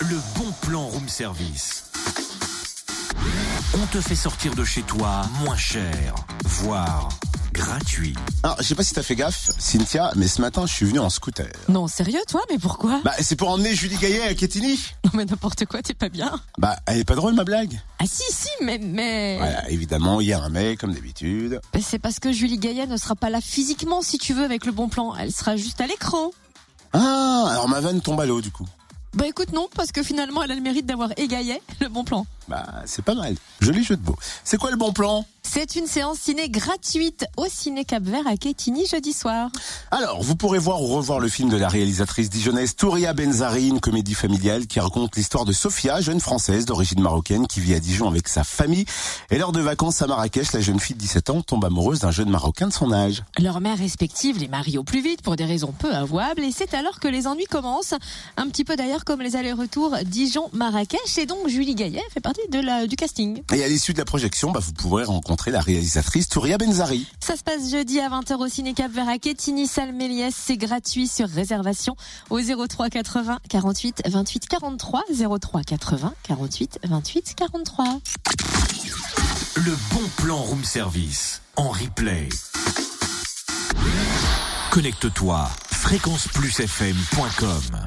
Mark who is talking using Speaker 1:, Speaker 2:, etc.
Speaker 1: le bon plan room service. On te fait sortir de chez toi moins cher, voire gratuit.
Speaker 2: Alors, je sais pas si t'as fait gaffe, Cynthia, mais ce matin, je suis venu en scooter.
Speaker 3: Non, sérieux, toi Mais pourquoi
Speaker 2: Bah, c'est pour emmener Julie Gaillet à Kétini.
Speaker 3: Non, mais n'importe quoi, t'es pas bien.
Speaker 2: Bah, elle est pas drôle, ma blague.
Speaker 3: Ah, si, si, mais. mais...
Speaker 2: Voilà, évidemment, il y a un mec, comme d'habitude.
Speaker 3: Mais C'est parce que Julie Gaillet ne sera pas là physiquement, si tu veux, avec le bon plan. Elle sera juste à l'écran.
Speaker 2: Ah, alors ma vanne tombe à l'eau, du coup.
Speaker 3: Bah écoute, non, parce que finalement, elle a le mérite d'avoir égayé le bon plan.
Speaker 2: Bah, c'est pas mal. Joli jeu de beau. C'est quoi le bon plan
Speaker 3: C'est une séance ciné gratuite au Ciné Cap Vert à Quetigny jeudi soir.
Speaker 2: Alors, vous pourrez voir ou revoir le film de la réalisatrice dijonnaise Touria Benzari, une comédie familiale qui raconte l'histoire de Sofia, jeune française d'origine marocaine qui vit à Dijon avec sa famille. Et lors de vacances à Marrakech, la jeune fille de 17 ans tombe amoureuse d'un jeune marocain de son âge.
Speaker 3: Leurs mères respectives les marient au plus vite pour des raisons peu avouables et c'est alors que les ennuis commencent. Un petit peu d'ailleurs comme les allers-retours Dijon-Marrakech et donc Julie Gaillet fait partie de la, du casting.
Speaker 2: Et à l'issue de la projection, bah, vous pourrez rencontrer la réalisatrice Touria Benzari.
Speaker 3: Ça se passe jeudi à 20h au Ciné Cap Vert à Quetigny, salle Méliès. C'est gratuit sur réservation au 03 80 48 28 43 03 80 48 28 43.
Speaker 1: Le bon plan room service en replay. Connecte-toi fréquenceplusfm.com